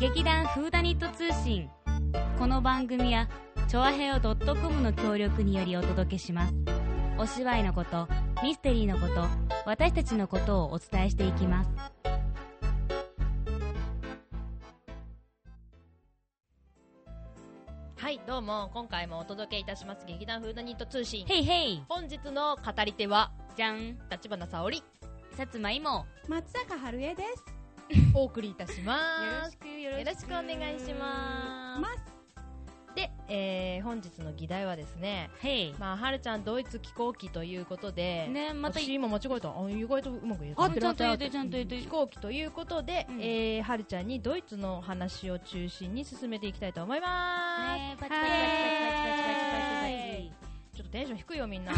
劇団フーダニット通信この番組はチョアヘオ .com の協力によりお届けしますお芝居のことミステリーのこと私たちのことをお伝えしていきますはい、どうも、今回もお届けいたします劇団フードニット通信。ヘイヘイ本日の語り手は、じゃん立花沙織、さつまいも松坂春恵です。お送りいたします。くよよろしくお願いします。ます。で、えー、本日の議題はですね、すヘイまあ、はるちゃんドイツ飛行機ということで、ねまた私今間違えた。あ、意外とうまく言えあた。ちゃんと言ってちゃんと言って飛行機ということで、うんえー、はるちゃんにドイツの話を中心に進めていきたいと思います。ねパチパチパチパチパチパチパチはいちょっとテンション低いよ みんな。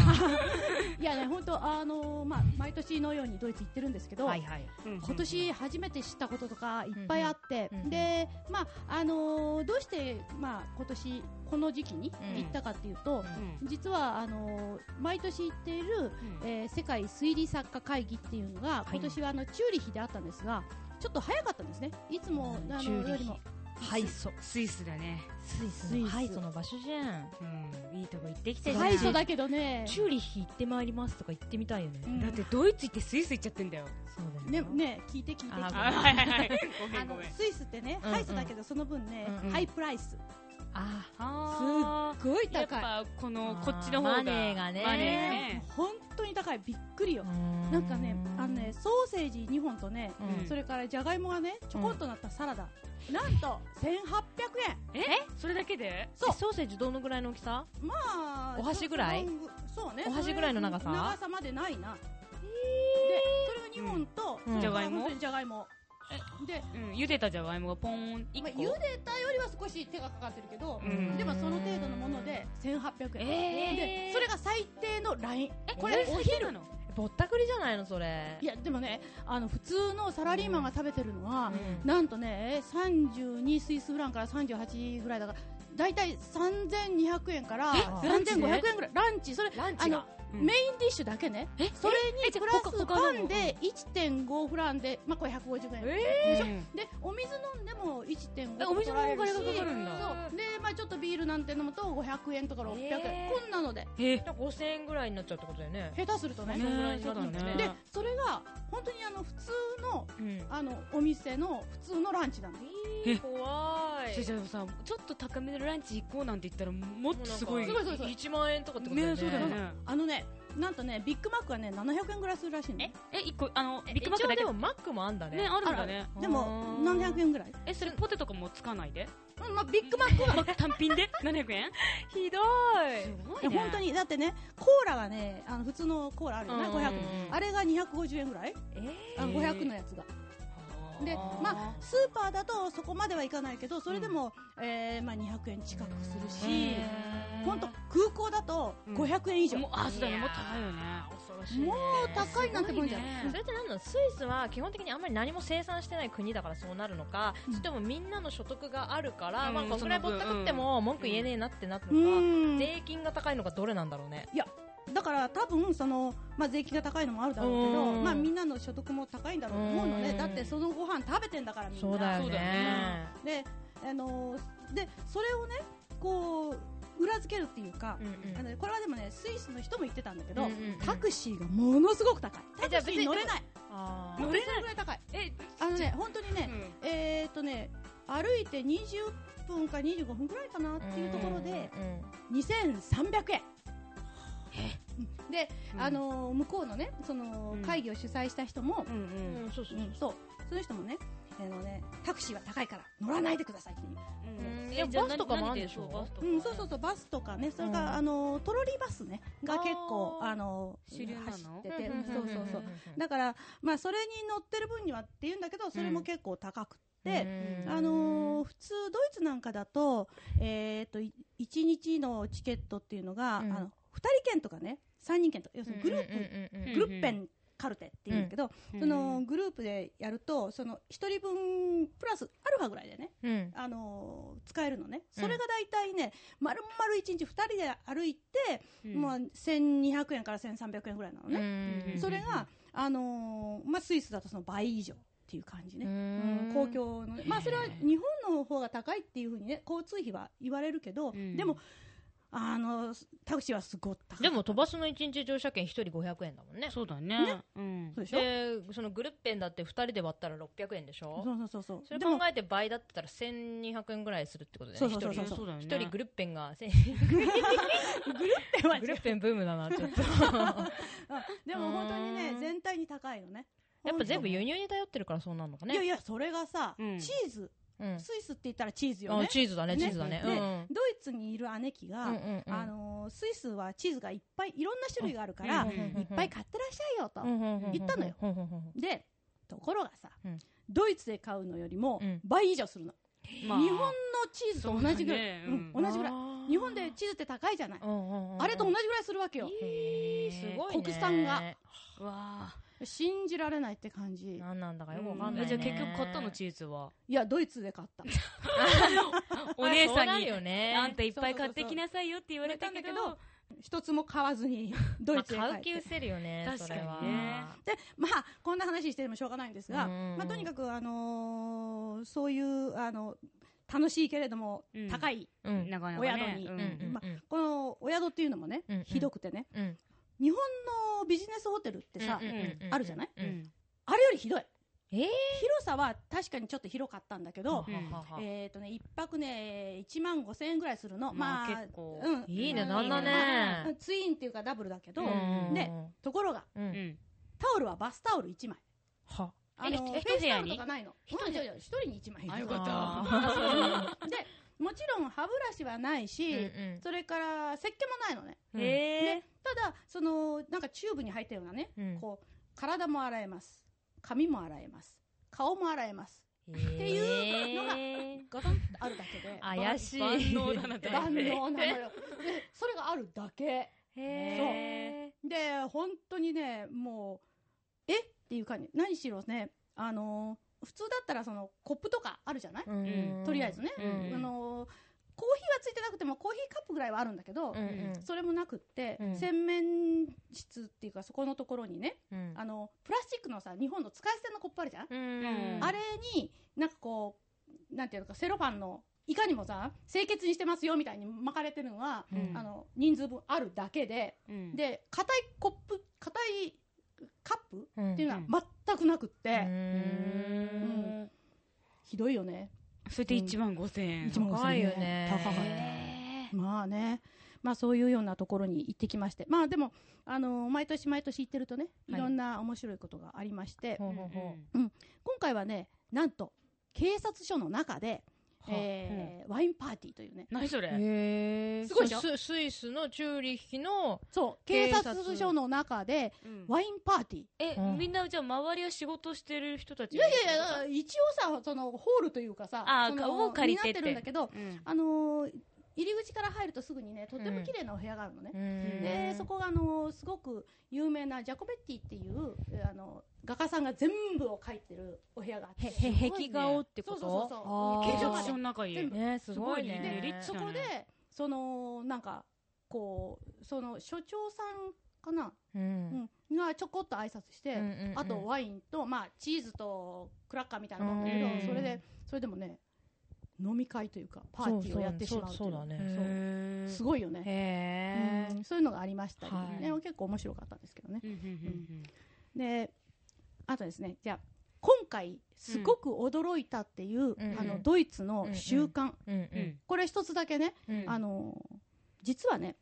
いやね、本当あのーまあ毎年のようにドイツ行ってるんですけど、はいはい。パチ今年初めて知ったこととかいっぱいあって、うんうんで、まああのーどうしてまあ今年この時期にうん行ったかっていうと、うん実はあのー毎年行っている、うんえー世界推理作家会議っていうのがい今年はあのチューリヒであったんですが、ちょっと早かったんですね。いつもうんあチューリのヒよりもはい、そスイスだねスイススイのスハイソの場所じゃん。うんいいとこ行ってきてるはいそうだけどね。チューリッヒ行ってまいりますとか言ってみたいよね。うんだってドイツ行ってスイス行っちゃってんだよそうだねよね聞いて聞いて聞いあて。はあいはいはいごあのスイスってね、うんうんハイソだけどその分ね、うんうんハイプライスああすっごいーやっ高いぱこのあーこっちの方がマネーがねマネーがねね本当に高いびっくりよなんかねあのね、ソーセージ2本とね、うんそれからじゃがいもがねちょこっとなったサラダ、なんと1800円えそれだけでそうソーセージどのぐらいの大きさまあお箸ぐらいちょっとロングそうねお箸ぐらいの長さそれ長さまでないなでそれが2本と、うんそれじゃかがらいも本当にじゃがいもで、うん茹でたじゃがいもがポーン一まあ、茹個でたよりは少し手がかかってるけど、うんでもその程度のもので1800円、えーでそれが最低のラインえこれお昼なのぼったくりじゃないのそれいやでもねあの普通のサラリーマンが食べてるのは、うんなんとね32スイスフランから38ぐらいだから大体3200円からえランチで3500円ぐらいランチそれランあチのが、うんメインディッシュだけねえそれえにじゃプあラ他スパンで1.5フランで、まあ、これ150円、えででお水飲んでも1.5えお水もお金がか取られかるるしんだそうで、まあ、ちょっとビールなんて飲むと500円とか600円、えーこんなのでええー、5000円ぐらいになっちゃうってことだよね下手するとねねそうだねでそれが本当にあの普通のうんあのお店の普通のランチなのええー怖いそれじゃあさちょっと高めのランチ行こうなんて言ったらもっとすごいすごいすごいすごい1万円とかってことだよねねそうだよねあのねなんとねビッグマックはね700円ぐらいするらしいのねえ一個あのえビッグマックだけ一応でもマックもあんだねねあるんだねでも700円ぐらい、えそれポテトとかもつかないでうんまあ、ビッグマ ックはま単品で700円ひどいごいや本当にだってねコーラがねあの普通のコーラあるよねうん500うん円あれが250円ぐらいえーあの500のやつがでまあスーパーだとそこまではいかないけどそれでも、えーまあ、200円近くするしうん本当空港だと500円以上、もうあそうだねもっと高いよね恐ろしいねもう高いなんてもんじゃないすごいねそれって何なのスイスは基本的にあんまり何も生産してない国だからそうなるのか、うんそれともみんなの所得があるから、うんまあ、こんぐらいぼったくっても文句言えねえなってなったのか、うん税金が高いのかどれなんだろうねだから多分その、まあ、税金が高いのもあるだろうけど、うんまあ、みんなの所得も高いんだろうと思うのうでんだってそのご飯食べてんだからみんなそうだよねで,、あのーでそれをねこう裏付けるっていうか、うんうんあのこれはでもねスイスの人も言ってたんだけうど、んうんうんタクシーがものすごく高いタえじゃあク別にシーに乗れないあー乗乗れれないないぐらい高いえあのね本当にね、うえーっとね歩いて20分か25分ぐらいかなっていうところで、うんうん2300円で、うんあのー向こうのねそのうん会議を主催した人も、んうんうんそうそううんそうその人もね,、あのねタクシーは高いから乗らないでくださいっていう、うんうんええじゃあバスとかもあるんでしょ何そうバスとかうん、そうそうそうバスとかねそれから、うんあのートロリーバスねが結構あーあのー主流なの走ってうんて、うんそうそうそううんうんだから、まあ、それに乗ってる分にはっていうんだけどそれも結構高くって、うんあのー普通、ドイツなんかだと、えー、と1日のチケットっていうのが、うんあの2人券とかね3人券とか要するにグループ、うんうんうんうんグルッペンカルテっていうんだけど、うんそのグループでやるとその1人分プラスアルファぐらいでね、うんあのー使えるのねうんそれが大体ね、丸々1日2人で歩いて、うんまあ、1200円から1300円ぐらいなのね、うんそれが、あのーまあ、スイスだとその倍以上。っていう感じうね。ん公共の、まあそれは日本の方が高いっていうふうにね、交通費は言われるけど、うんでも、あの、タクシーはすごい高い。でも飛ばしの一日乗車券一人500円だもんねそうだねうんそうでしょでそのグルッペンだって2人で割ったら600円でしょそうそうそうそう。それで考もえて倍だったら1200円ぐらいするってことだそようねそう一そう人そうだよね一人グルッペンが1000でもグルッペンブームだなちょっ とでも本当にうねーん全体に高いのねやっぱ全部言輸入に頼ってるからそうなるのかいやねいやそれがさ、うんチーズうんスイスって言ったらチーズよあねチーズだねねチーズだねでドイツにいる姉貴うが、んうんうんうんあのースイスはチーズがいっぱいいろんな種類があるから、うんいっぱい買ってらっしゃいよと、行ったのようんうんうんうんでところがさ、うんドイツで買うのよりもうん倍以上するの、まあ日本のチーズと同じぐらい、そうだねうん同じぐらいあー日本でチーズって高いじゃない、うんうんうんあれと同じぐらいするわけよ、えーすごいね国産がわ信じられないって感じなんなんだかあよくわかんないねじゃあ結局買ったのチーズはいやドイツで買ったお姉さ あそうんなるによねあんたいっぱい買ってきなさいよって言われたけ言どわれ一つも買わずにドイツへ帰まあっ買うて気失せるよね確かそにねれはで、まあ、こんな話してもしょうがないんですが、うんうんうんまあ、とにかく、あのーそういう、あの、楽しいけれどもうん、高い、うんなかなかねお宿にうんうんまこのお宿っていうのもね、うんうんひどくてね、うん日本のビジネスホテルってさ、うんうんうんうんあるじゃないうんあれよりひどい。えー広さは確かにちょっと広かったんだけど、うんえっ、とね、一泊ね、1万5千円ぐらいするの。まあ、まあ結構うん。いいねうんなんだねまあツインっていうかダブルだけど、うんでところが、うんうんタオルはバスタオル1枚。はあの、フえェイひとスタオル一部屋にとかないの。一部うんいやいや一人に1枚いるあよかったで、もちろん歯ブラシはないし、それから石鹸もないのね。ええで、ただ、その、なんかチューブに入ったようなね、こう、体も洗えます。髪も洗えます。顔も洗えます。っていうのがガタンってあるだけで。怪しい万能だな万能なのよ。で、それがあるだけ。へで、本当にね、もう、えっていう感じ。何しろね、あの普通だったらその、コップとかあるじゃないんとりあえずね。うんあのコーヒーはついてなくてもコーヒーカップぐらいはあるんだけど、それもなくって、うん洗面室っていうかそこのところにね、あのプラスチックのさ日本の使い捨てのコップあるじゃん、うんあれになんかこうなんていうのかセロファンのいかにもさ清潔にしてますよみたいに巻かれてるのは、うんあの人数分あるだけで、うんで硬いコップ硬いカップっっていうののは全くなくって、ううんんひどいよねそれで1万5000円一万高いよね高かったへまあね、まあそういうようなところに行ってきまして、まあでも、あの毎年毎年行ってるとね、いはいろんな面白いことがありまして、ほーうほうほ今回はね、なんと、警察署の中で、うはえーワインパーティーというね、何それへーすごいでしょそうススイスのチューリッヒのそう、警警察察署の中で、うんワインパーティー。えうんみんなじゃあ周りは仕事してる人たちいやいやいや、だから一応さ、その、ホールというかさ、あーそのを借りてってになってるんだけど、うんあのー入り口から入るとすぐにね、とても綺麗なお部屋があるのね。でそこがあのすごく有名なジャコベッティっていうえあの画家さんが全部を描いてるお部屋があってへへ壁顔ってことそうそうそうあー形警察状まで署の中に全部ねすごいすごいねねリッチそだこでそのなんかこうその所長さんかな、うんうん、がちょこっと挨拶して、うんうんうんあとワインと、まあ、チーズとクラッカーみたいなのがあったけど、うんそれでそれでもね飲み会というかパーティーをやってしまうというそうそうそうだねへーすごいよね、へうんそういうのがありましたり、はいね結構面白かったんですけどねうんうんうんで、あとですね、じゃあ、今回、すごく驚いたっていう、んあうの、んドイツの習慣。うんううんんこれ一つだけね、うんあの、実はね、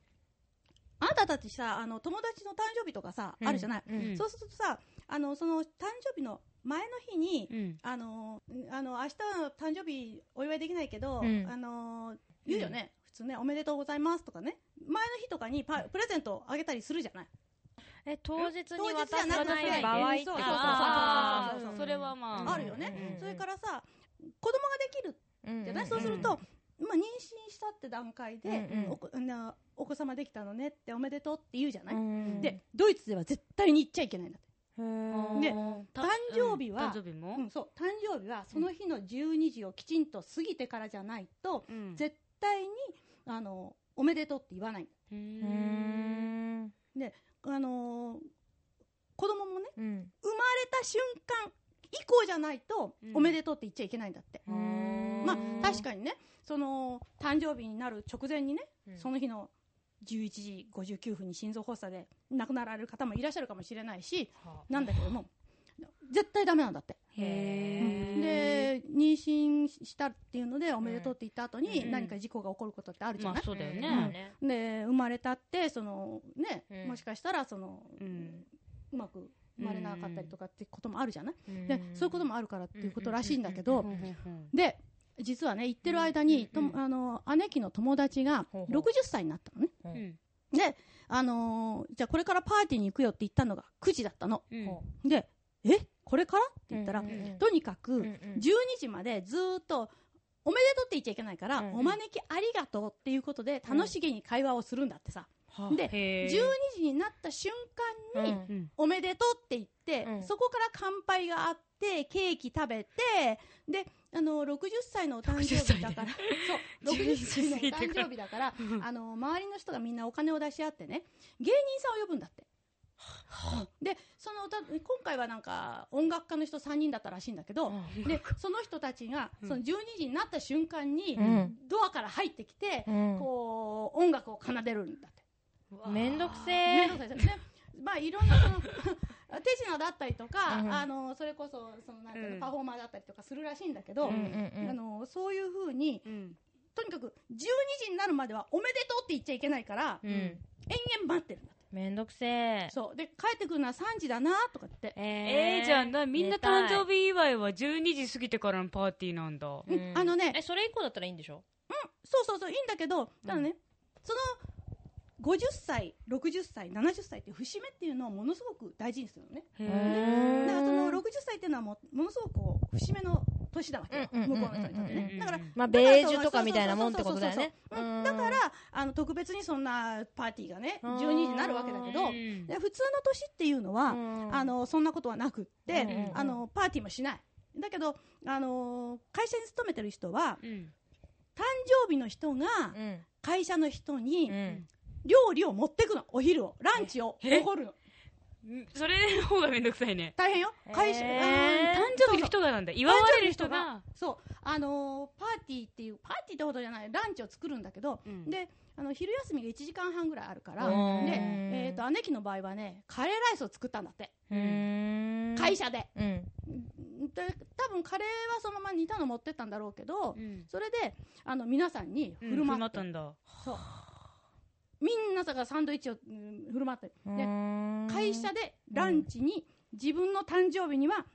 あなたたちさ、あの、友達の誕生日とかさ、あるじゃない、うんうんそうするとさ、あの、その、誕生日の前の日に、うんあの、んあの、明日の誕生日お祝いできないけど、うんあの、言うよね、普通ね、おめでとうございますとかね、前の日とかにパプレゼントあげたりするじゃないえ当日に当日渡じゃさなくてない場合ってそうそうそうそうあーそうそうそううんそれはまああるよね、うんうんうんそれからさ子供ができるうんじゃない、んそうすると、まあ、妊娠したって段階で、うんうんお子なお子様できたのねっておめでとうって言うじゃない、うんでドイツでは絶対に言っちゃいけないんだって、へあーーでた誕生日はうん誕生日うもん、そう誕生日はその日の12時をきちんと過ぎてからじゃないと、うん絶対にあのおめでとうって言わないへうーんあのー子供もねうん生まれた瞬間以降じゃないとう、んおめでとうって言っちゃいけないんだって。うんまあ、確かにね、その、誕生日になる直前にね、うんその日の11時59分に心臓発作で亡くなられる方もいらっしゃるかもしれないし、はなんだけども、絶対ダメなんだって。へーで、妊娠したっていうので、おめでとうって言った後うにん何か事故が起こることってあるじゃまなあい、そうだよね、うんで、生まれたって、その、ね、うんもしかしたら、その、うんうまく生まれなかったりとかってこともあるじゃない、うんでそういうこともあるからっていうことらしいんだけど、うんで実はね行ってる間に、うんとあの姉貴の友達がほうほう60歳になったのねうんで、あのーじゃあこれからパーティーに行くよって言ったのが9時だったのうんほでえこれからって言ったら、うんうんとにかく、うんうん12時までずーっとおめでとうって言っちゃいけないから、うんうんお招きありがとうっていうことで楽しげに会話をするんだってさ、はでへー12時になった瞬間に、うんうんおめでとうって言って、うんそこから乾杯があって、ケーキ食べて、で、あの、60歳のお誕生日だから、そう、60歳のお誕生日だから、あの、周りの人がみんなお金を出し合ってね、芸人さんを呼ぶんだって。うんで、その歌、今回はなんか、音楽家の人3人だったらしいんだけど、で、その人たちが、うんその12時になった瞬間に、うんドアから入ってきて、うんこう、音楽を奏でるんだって。めんどくせ面え倒くさいですね。まあいろんなその手品だったりとか、うんあのそれこそそのなんていうの、うんパフォーマーだったりとかするらしいんだけど、うんあのそういうふうにうんとにかく12時になるまではおめでとうって言っちゃいけないから、う延ん々待ってるんだって。めんどくせえそうで帰ってくるのは3時だなとかって、えー、じゃあなみんな誕生日日祝いは12時過ぎてからのパーティーなんだうんあのねえそれ以降だったらいいんでしょそうそうそういいんだけどただね、その50歳60歳70歳っていう節目っていうのをものすごく大事にするのね。へだーからその60歳っていうのはもうものすごくこう節目の年なわけよ、うんうんうんうん向こうの人にとってね、うんだからまあだベからージュとかみたいなもんってことだよねそうそうそうそうそううんだからあの特別にそんなパーティーがねうん12時になるわけだけど、うんで普通の年っていうのは、あのそんなことはなくって、うんうんうんあのパーティーもしないだけど、あの会社に勤めてる人はうん誕生日の人がうん会社の人にうん料理を持ってくのお昼をランチをえおごるのうんそれの方がめんどくさいね大変よ会社、えーあ誕の生日の人がなんだ祝われる人がそうあのーパーティーっていうパーティーってほどじゃないランチを作るんだけど、うんであの昼休みが1時間半ぐらいあるから、うんで、えー、と姉貴の場合はねカレーライスを作ったんだって、うん会社でうんで多分カレーはそのまま煮たの持ってったんだろうけど、うんそれであの皆さんにう振んる舞っ、ってたんだそうみんなさがサンドイッチを、うん振る舞ってで会社でランチに自分の誕生日には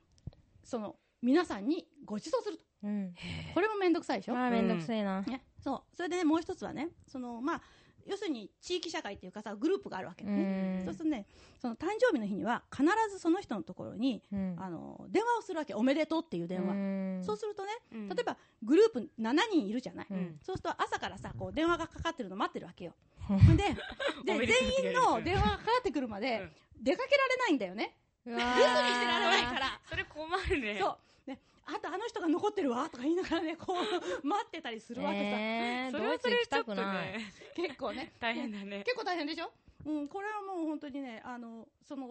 その皆さんにご馳走するとうんこれも面倒くさいでしょ、まあめんどくせえなね、そうそれでねもう一つはねその、まあ、要するに地域社会っていうかさグループがあるわけだねうんそうするとねその誕生日の日には必ずその人のところにうんあの電話をするわけおめでとうっていう電話、話そうするとね例例えばグループ7人いるじゃない、うんそうすると朝からさこう電話がかかってるの待ってるわけようんでおめでとうってで言全員わのれる電話がかかってくるまでうん出かけられないんだよね留留守にしてられないからそれ困るねそう、ね、あとあの人が残ってるわとか言いながらねこう 待ってたりするわけさ、えー、そドれはイそツれ行でちきょたっとくない。ね結構ね大変だね結構大変でしょ、うん、これはもう本当にねあのその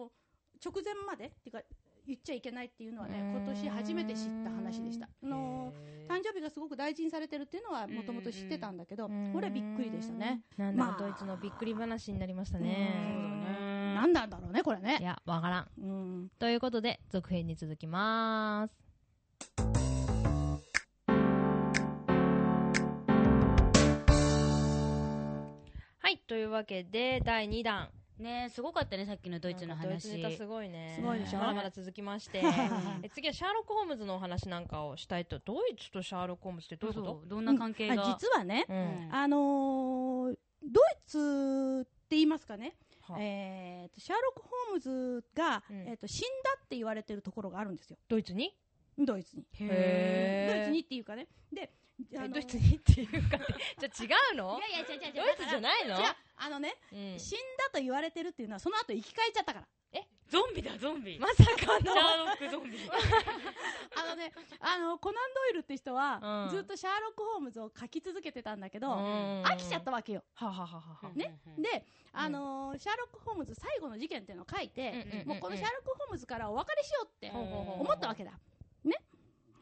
直前までっていうか言っちゃいけないっていうのはねうーん今年初めて知った話でしたあの誕生日がすごく大事にされてるっていうのはもともと知ってたんだけどこれびっくりでしたね。なんだまかドあイツのびっくり話になりましたうんね。な何なんだろうねこれいねや、わからん。うんということで、続編に続きます。はい、というわけで、第2弾。ねすごかったねさっきのドイツのなんかドイツ話ネタすごいね。すごいでしょまだまだ続きま して。 え次はシャーロック・ホームズのお話なんかをしたいと。ドイツとシャーロック・ホームズってどういうこそうどんな関係があ実はねとううんん。あのードイツって言いますかね、はえーとシャーロック・ホームズが、うんえーと死んだって言われてるところがあるんですよドイツにドイツにへードイツにっていうかねであのドイツにっていうかって、じゃあ違うのいやいや違う違う違うドイツじゃないのじゃああのね、うん死んだと言われてるっていうのはその後生き返っちゃったからゾンビだゾンビまさかシャのーロックゾンビあのねあのコナン・ドイルって人は、うんずっとシャーロック・ホームズを書き続けてたんだけど、うん飽きちゃったわけよ、ははははは。ねで、あのーシャーロック・ホームズ最後の事件っていうのを書いて、うんうんうんうんもうこのシャーロック・ホームズからお別れしようってほうほうほう思ったわけだ、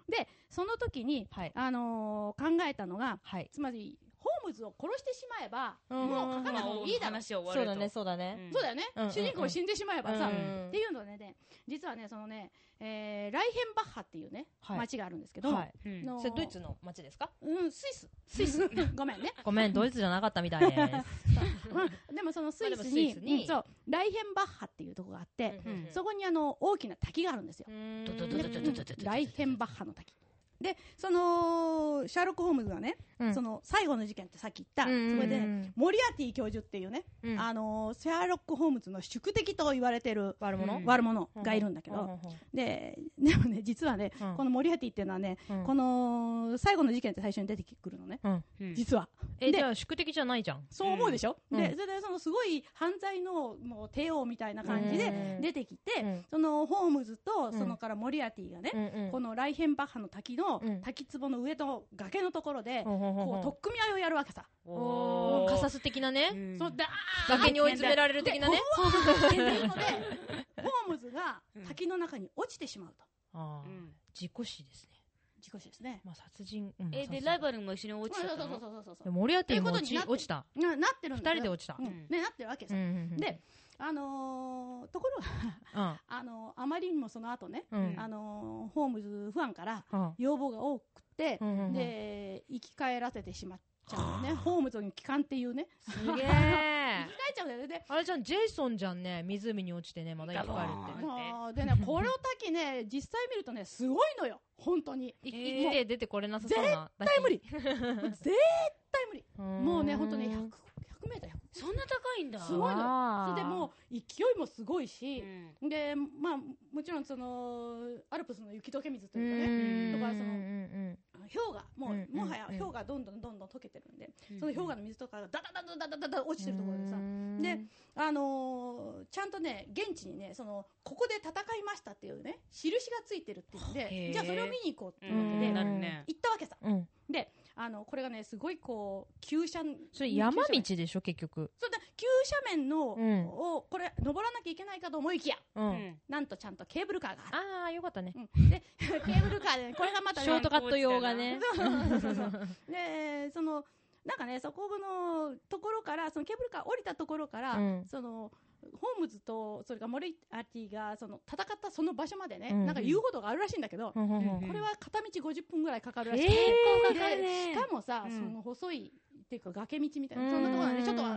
で、その時に、はい。あのー考えたのが、はい。つまり、ホームズを殺してしまえば、うんもう書かなくてもいいだろう。話を終そうわだるね、と。そうだね。んそうだよねうんうん。主人公死んでしまえばさ、うんっていうのでね、実はね、そのね、えーライヘンバッハっていうね、はい町があるんですけど、はい。うんのそれドイツの街ですかうん、スイス。スイス。 ごめんね。ごめん、ドイツじゃなかったみたい です。うんでもそのスイまあでスもスイに、スにうんそう、ライヘンバッハっていうとこがあって、うんそこにあの、大きな滝があるんですよ。うんドドドでドドうんライヘンバッハの滝。で、その、シャーロック・ホームズがね、うんその、最後の事件ってさっき言っうた、んそれでうね、んモリアティ教授っていうね、うんあのーシャーロック・ホームズの宿敵と言われてる悪者うん悪者がいるんだけど、で、でもね、実はね、うんこのモリアティっていうのはね、うんこの、最後の事件って最初に出てくるのね、うん実は。え、でじゃあ宿敵じゃないじゃん。そう思うでしょ、うんで、それでそのすごい犯罪のもう帝王みたいな感じでうん出てきて、うんそのホームズんと、そのからモリアティがね、うんこのライヘンバッハの滝のうん滝壺の上の崖のところで、ほうほうほうほこうう、取っ組み合いをやるわけさ。おーカサス的なね。うんそう、だー崖に追い詰められる的なね。っていうので、ホームズが滝の中に落ちてしまうと。あうーん自己死ですね。事故死ですね。まあ殺人。うんえ、殺で、人ライバルも一緒に落ちそうちゃそっうたそのうそうそうでモリアティもということにな落っち落てちた。ななってるんだ二人けどで落ちたう。んね、なってるわけさ。うんうんうんで、あのーところが、うんあのーあまりにもその後ね、うんあのーホームズファンからうん要望が多くてう、んうんうんで、生き返らせてしまっちゃうのね。ホームズに帰還っていうね。すげえ生き。返っちゃうんだよね。で、 あれじゃん、ジェイソンじゃんね。湖に落ちてね、まだ生き返るっガボてーン。あーでね、これを滝ね、実際見るとね、すごいのよ。本当に。いえー生きて出てこれなさそうな。絶絶対無理。絶対無理。もうね、本当ね、100、100メーター100。そんな高いんだ。すごいのよそよれでもう勢いもすごいし、で、まあ、もちろんその、アルプスの雪解け水というかね、とかその氷河、もう、うんもはやうん氷河どんどんどんどん溶けてるんで、うんその氷河の水とかがダダダダダダダダ落ちてるところでさ、でで、あのーちゃんとね、現地にね、その、ここで戦いましたっていうね、印がついてるっていうんへでー、じゃあそれを見に行こうっていううわけんで、な行るね。ったわけさ。うん。あの、これがね、すごいこう、急斜面。それ山急道斜面でしょ、結局。そうだ、急斜面の、うんを、これ、登らなきゃいけないかと思いきや、う。うんんなんとちゃんとケーブルカーがある。あー、よかったね。うんで、 ケーブルカーでね、これがまたね、ショートカット用がね。 そうそうそうそうで、その、なんかね、そこのところから、そのケーブルカー降りたところから、うんその、ホームズと、それからモリアティが、その、戦ったその場所までね、うんなんか遊歩道があるらしいんだけど、うんうんうんうんこれは片道50分ぐらいかかるらしい。えー結構かかるねでしかもさ、うんその細い、っていうか崖道みたいな、うんそんなところなんで、ちょっとは、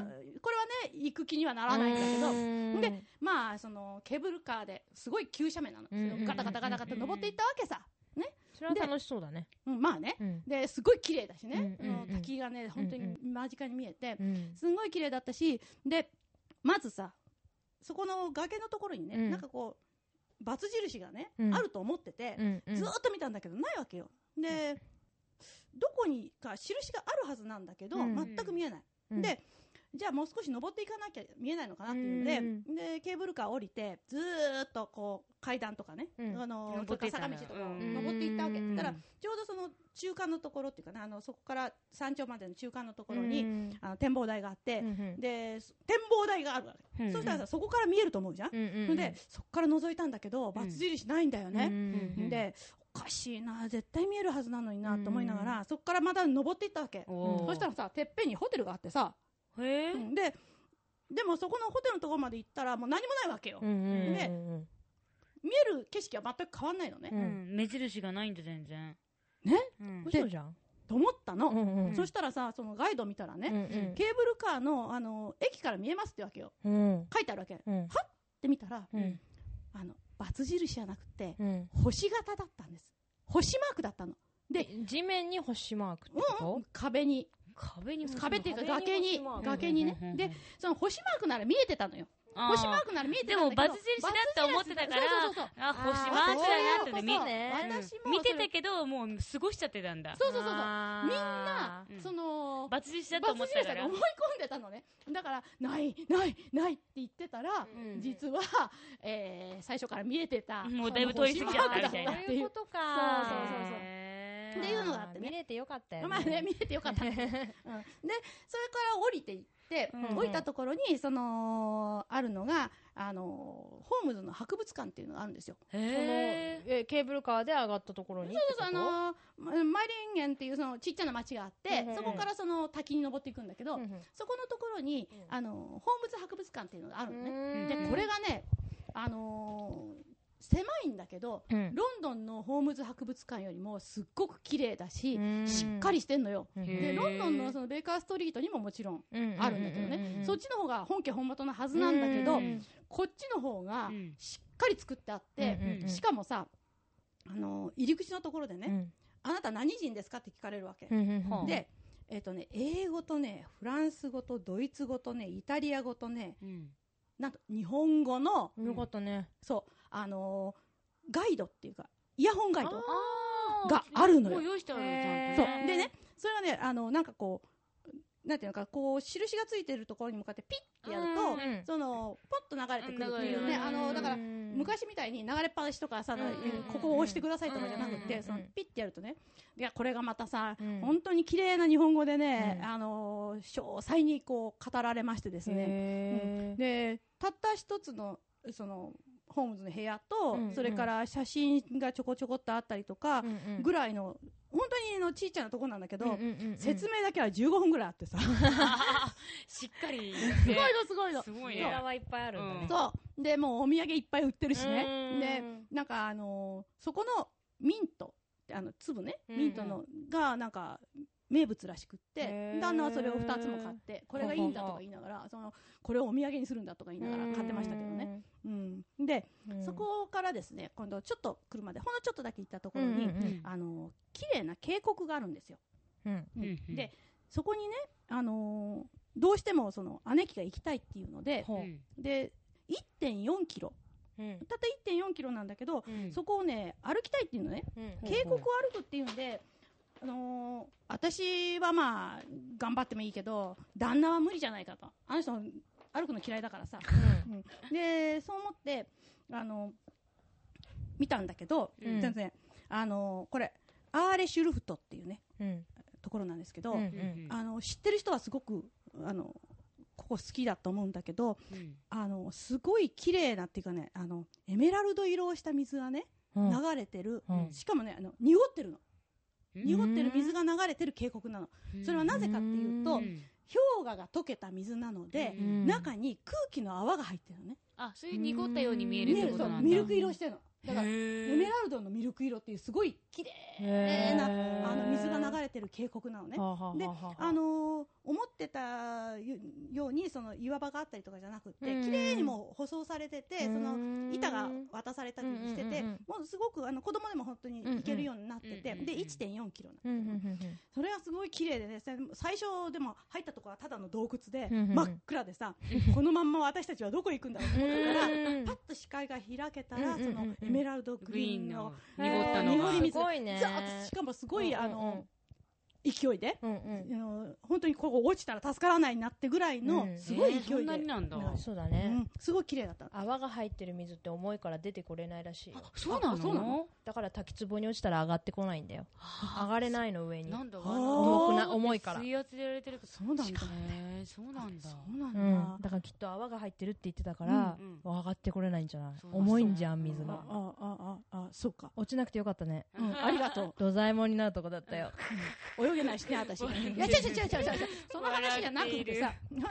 これはね、行く気にはならないんだけど、うんでまあ、その、ケーブルカーですごい急斜面なの。うんうんうんガタガタガタガタ登っていったわけさ。それは楽しそうだね。うん、まあね。うんで、すごい綺麗だしね。うんうんうんあの滝がね、本当に間近に見えてう、んすごい綺麗だったし、で、まずさ、そこの崖のところにね、うんなんかこう、バツ印がね、うんあると思ってて、うんうんずーっと見たんだけど、ないわけよ。で、どこにか印があるはずなんだけど、うん全く見えない。うんで、じゃあもう少し登っていかなきゃ見えないのかなっていうので、うんで、ケーブルカー降りて、ずーっとこう、階段とかね、うんあの、登っていった坂ん道だとかをうん登っていったわけ。うんだから、ちょうどその中間のところっていうかな、あの、そこから山頂までの中間のところうに、んあの、展望台があってう、んで、そ展望台があるわけ。うんそしたらさ、そこから見えると思うじゃん、うんうんほんで、そこから覗いたんだけど、バツ印ないんだよね。うんで、おかしいな、絶対見えるはずなのになと思いながら、そこからまた登っていったわけ。おーそしたらさ、てっぺんにホテルがあってさ、へえ。うんで、でもそこのホテルのところまで行ったらもう何もないわけよ。うんうんうん見える景色は全く変わんないのね。ううんん。目印がないんだ、全然。ねうん嘘じゃん。と思ったの。んそしたらさ、そのガイド見たらね、うんケーブルカーの、あの、駅から見えますってわけよ。うん書いてあるわけ。うんで見たら、うんあの、バツ印じゃなくて、うん星型だったんです。星マークだったの。で地面に星マークってこ壁に、壁に壁っていうか壁崖にに星マー、ク崖にねうんうんう。んで、その星マークなら見えてたのよ。あー星マークなら見えてでたんだも、けどバツ印だって思ってたからそうそうそうそう、あ、あー星マークだなってね、そうみいううことねうん私もそれ見てたけど、もう過ごしちゃってたんだ。とそうそうそうそう。あーみんなう、んその、バツ印だとバ思っツてた印だかとら思い。込んでたのね。だから、ない、ない、ないって言ってたら、うん実は、えー最初から見えてた。もうだいぶ通り過ぎちゃったみたいなその星マークだっそうていいうこ。うとかそうそうそうそうへっていうのがあってね見れてよかったよまあね、見えてよかった。 うんで、それから降りていって、うん降りたところに、その、あるのが、ああのホームズの博物館っていうのがあるんですよ。そのへえケーブルカーで上がったところにそうそうあのマイリンゲンっていうそのちっちゃな町があって、うんうんそこからその滝に登っていくんだけど、うんうんそこのところに、うんあのホームズ博物館っていうのがあるのね。うんでこれがね、あのー狭いんだけどうんロンドンのホームズ博物館よりもすっごく綺麗だし、うんしっかりしてんのよ。うんへでーロンドンのそのベーカーストリートにももちろんあるんだけどね、ううそっちの方が本家本元のはずなんだけど、うんうんこっちの方がうんしっかり作ってあって、うんうんしかもさあの入り口のところでね、うんあなた何人ですかって聞かれるわけ、うんうんうんはあでえっ、とね英語とねフランス語とドイツ語とねイタリア語とねうんなんと日本語のよかったねそうあのーガイドっていうかイヤホンガイドあーがあるのよもう用意してあるよちゃそんうとねへーでねそれはねあのなんかこうなんていうのかこう印がついてるところに向かってピッてやると、うんそのポッと流れてくるっていううんね、うんあのだから昔昔みたいに流れっぱなしとかさ、うんうんうんここを押してくださいとかじゃなくて、うんそのピッてやるとねいやこれがまたさ、うん本当に綺麗な日本語でね、うんあの詳細にこう語られましてですね、ねでたった一つのそのホームズの部屋と、うんうんそれから写真がちょこちょこっとあったりとか、ぐららいの本当にあのちいちゃなとこなんだけど、い説明だけは15分ぐらいあってさすしっかりごすいのすごいのすごいネねタはいっぱいあるんだね そうでもうお土産いっぱい売ってるしうんねでなんかあのーそこのミントあの粒ねミントのがなんか名物らしくっへてー旦那はそれを2つも買ってこれがいいんだとか言いながらそのこれをお土産にするんだとか言いながら買ってましたけどね、うん、でうんそこからですね今度ちょっと車でほんのちょっとだけ行ったところに、うんうんうんあのー綺麗な渓谷があるんですようんうんでそこにね、あのーどうしてもその姉貴が行きたいっていうので、うほんで、1.4キロ。うんたった1.4キロなんだけど、うんそこをね、歩きたいっていうのね。うん渓谷を歩くっていうんで、あのー私はまあ、頑張ってもいいけど、旦那は無理じゃないかと。あの人、歩くの嫌いだからさ。で、そう思って、あの見たんだけど、うん全然、あのーこれ、アーレシュルフトっていうね、うんところなんですけど、うんうんうんあの知ってる人はすごくあのここ好きだと思うんだけどうんあのすごい綺麗なっていうかねあのエメラルド色をした水がねうんうん流れてる、うんしかもねあの濁ってるのうん濁ってる水が流れてる渓谷なのそれはなぜかっていうとううん氷河が溶けた水なのでう、ん中に空気の泡が入ってるのねあそれ濁ったように見える見っえてるこそとうなんだミルク色してるのだからエエメラルドのミルク色っていうすごい綺麗へなーあの水が流れてる渓谷なのねはあはあではあはああのー思ってたよようにその岩場があったりとかじゃなくってうん綺麗にもう舗装されててそのうん板が渡されたりしててうんうんうんもうすごくあの子供でも本当に行けるようになっててうんうんで1.4キロなうんのうんうんそれがすごい綺麗でねさ最初でも入ったとこはただの洞窟でうんうんうん真っ暗でさこのまんま私たちはどこ行くんだろうと思ってたらうんパッと視界が開けたらうそんうんうんのエメラルドググリリーーンンののへー濁ったの濁がり水すごいねザーッとしかもすごいあの勢いでうんうんあの本当にここ落ちたら助からないなってぐらいのうんすごいえーそ勢いんで、なになんだうんそうだうねんすごい綺麗だった泡が入ってる水って重いから出てこれないらしいよあそうなあそうなののだから滝壺に落ちたら上がってこないんだよ上がれないの上になんだはあ重くな重いから水圧でやられてるけどそうなんだへえそうなんだそうなんうだ、んだからきっと泡が入ってるって言ってたからうんうん上がってこれないんじゃないそうだ重いんじゃん水あがああああそうか、落ちなくてよかったねう ん、ありがと土左衛門になるとこだったよう泳げないし ね私いや違う違う違う違う違うその話じゃなくてさほんで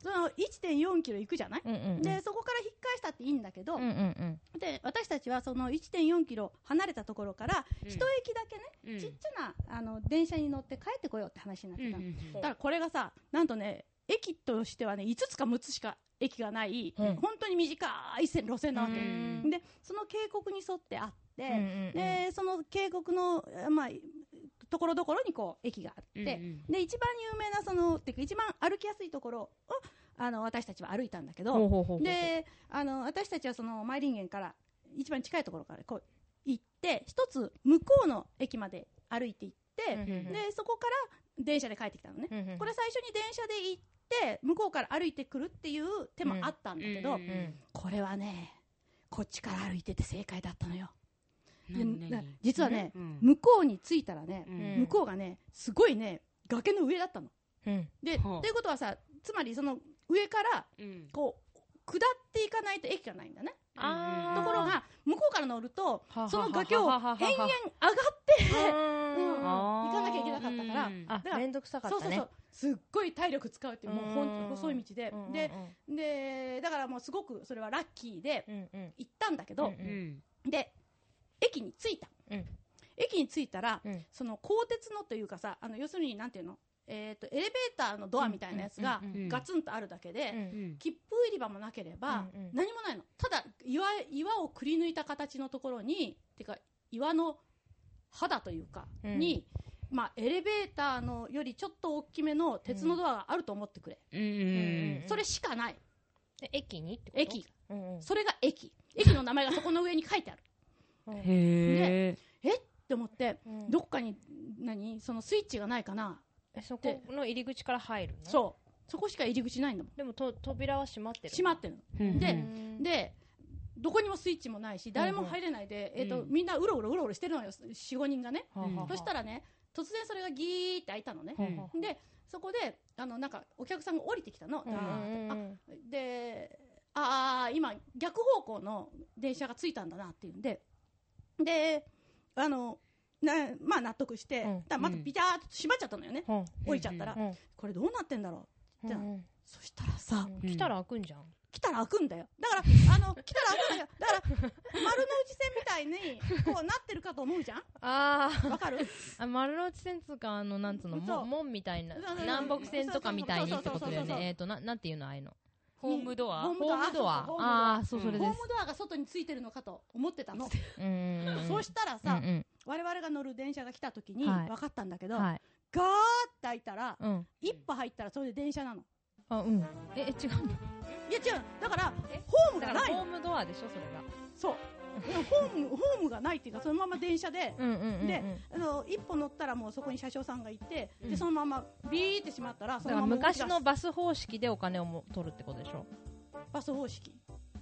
その1.4キロ行くじゃない、うんうんうんでそこから引っ返したっていいんだけど、うんうんで私たちはその1.4キロ離れたところからうん一駅だけね、うんちっちゃなあの電車に乗って帰ってこようって話になってたの、うんだからこれがさ、なんとね、駅としてはね、5つか6つしか駅がない、うん本当に短い線路線なわうけ。んで、その渓谷に沿ってあって、うんうんうんで、その渓谷の、えーまあ、ところどころにこう、駅があって、うんうんで、一番有名な、その、っていうか、一番歩きやすいところを、あの、私たちは歩いたんだけほうど、ほうほうほうで、あの、私たちはその、マイリンゲンから、一番近いところからこう、行って、一つ、向こうの駅まで歩いて行って、うんうんうんで、そこから電車で帰ってきたのね。うんうんこれ最初に電車で行って、向こうから歩いてくるっていう手もあったんだけど、うんうんうんこれはね、こっちから歩いてて正解だったのよ。何で々な実はね、うん向こうに着いたらね、うん向こうがね、すごいね、崖の上だったの。うんで、はあということはさ、つまりその上から、うんこう、下っていかないと駅がないんだね。あーところが、向こうから乗ると、その崖を延々上がっうて、んうん行かなきゃいけなかったからうんあだから面倒くさかっそうたそうねそう、すっごい体力使うっていう、もうほうんん細い道でうんうんうん、で、で、だからもうすごくそれはラッキーでうんうん行ったんだけうど、んうんで、駅に着いた。うん駅に着いたら、うんその鋼鉄のというかさ、あの、要するになんていうのえっ、と、エレベーターのドアみたいなやつがうんうんうんうんガツンとあるだけで、うんうん切符入り場もなければ、うんうん何もないの。ただ、岩、岩をくり抜いた形のところに、てか、岩の肌というか、うんに、まあ、エレベーターのよりちょっと大きめの鉄のドアがあると思ってくれ。うんうんそれしかない。で駅にってこと駅。うんうんそれが駅。駅の名前がそこの上に書いてある。うんへえって思って、うんどっかに、何そのスイッチがないかなえそこの入り口から入るのそう。そこしか入り口ないんだもん。でもと扉は閉まってる閉まってるうでんの。で、どこにもスイッチもないし、誰も入れないで、うんえっ、と、みんなうろうろうろうろしてるのよ、4、5人がね。はあはあそしたらね、突然それがギーって開いたのね。はあはあで、そこで、あの、なんか、お客さんが降りてきたの。うんうんうあんで、ああ、今、逆方向の電車がついたんだなっていうんで、で、あの、なまあ納得して、うんただまたビターっと閉まっちゃったのよね、うん降りちゃったら、うんこれどうなってんだろうんうんうそしたらさ、うんうん来たら開くんじゃん来たら開くんだよだからあの来たら開くんだよだから丸の内線みたいにこうなってるかと思うじゃんあわかるあ丸の内線つうかあのなんつうのそうも門みたいなそうそうそう南北線とかみたいにってことだよそうそうそうそうそうねえっとななんていうのああいうのホームドアホームドアホームドアそうそうああそうそホれーでムすドアが外についてるのかと思ってたの、うんうんうんそうしたらさ、うん我々が乗る電車が来た時にはい分かったんだけうど、んはいガーって開いたら、うん一歩入ったらそれで電車なのあうんええ違うのいや違うだからえホームだかがらないホーのムドアでしょそれがそういやホームホームがないっていうかそのまま電車でうんうんうんうんであの一歩乗ったらもうそこに車掌さんがいて、うんでそのままビーってしまったらそだかのらまま動き出昔すのバス方式でお金をも取るってことでしょバス方式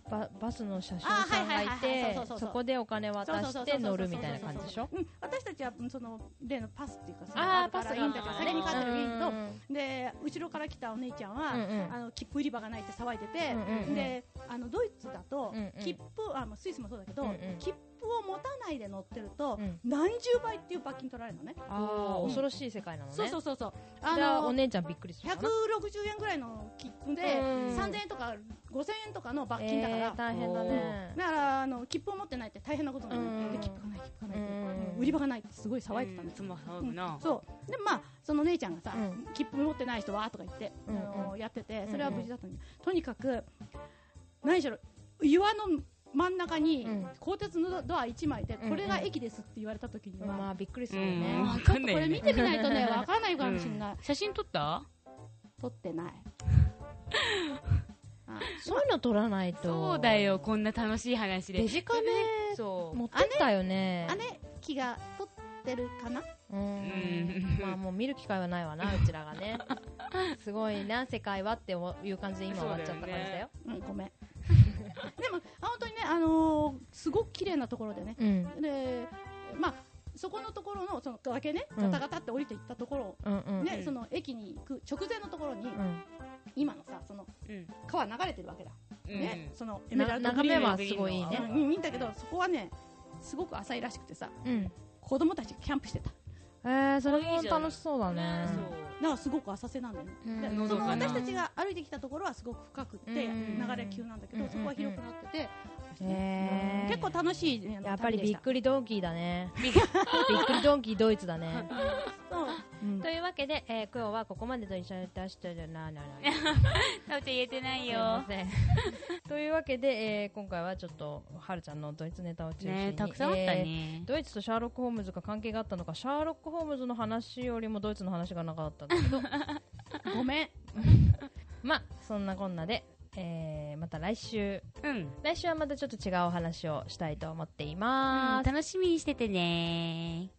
ババスの車掌さんがいあはいはいはいはいてそうそうそうそこでお金渡そうそうしそうそてう乗るみたいな感じでしょうん、私たちはうんその例のパスっていうかそのああ後パかスらがいいんだから先に帰ってるいいうんとうんで後ろから来たお姉ちゃんは、うんうんあの切符売り場がないって騒いでて、うんうんうんであのドイツだと、うんうん切符あまあスイスもそうだけど、うんうん切符を持たないで乗ってると、うん何十倍っていう罰金取られるのねああうん恐ろしい世界なのねそうそううそうそうあのおあの姉ちゃんびっくりするかな160円ぐらいの切符でうん3000円とか5000円とかの罰金だえから、ー大変だねだからあの切符を持ってないって大変なことになる、うんで切符がない切符がないって、うん売り場がないってすごい騒いでたんですつま騒うぐんなそうでまあその姉ちゃんがさ、うん切符持ってない人はとか言って、うんうんあのやっててそれは無事だったんで、とにかく何しろ岩の真ん中にうん鋼鉄のドア1枚で、うんうんこれが駅ですって言われた時には、まあびっくりするようねんあわちょかっんとなこいよれね見てみないとね分からないかもしれない、うん写真撮った撮ってないそういうの取らないとそうだよこんな楽しい話でデジカメそう持ってったよね姉貴が撮ってるかなううんんまあもう見る機会はないわなうちらが ねすごいな世界はっていう感じで今終わっちゃった感じだようんごめん でもあ本当にねあのーすごく綺麗なところでねうんでまあそこのところのその崖ねうんガタガタって降りていったところを、うんうんねうんその駅に行く直前のところに、うん今のさそのうん川流れてるわけだ、うんねそのエメラなル眺ドグリめーンはすごいいいねねうん、見たけどそこはねすごく浅いらしくてさうん子供たちがキャンプしてたえーそれも楽しそうだねそなんかすごく浅瀬なんだよね、うんでのそどのかな私たちが歩いてきたところはすごく深くって、うん流れ急なんだけど、うんそこは広くなってて、へー結構楽しい、ね、やっぱりびっりくりドンキーだね びっくりドンキードイツだねそううん というわけで、えー、今日はここまでと一緒に出してるなななうタオちゃん言えてないすいよません というわけで、えー、今回はちょっとはるちゃんのドイツネタを中心に、ねたくさんあったえーねドイツとシャーロック・ホームズが関係があったのかシャーロック・ホームズの話よりもドイツの話がなかったんだけどごめんまあそんなこんなで、えー、また来週うん来週はまたちょっと違うお話をしたいと思っていうんます、楽しみにしててね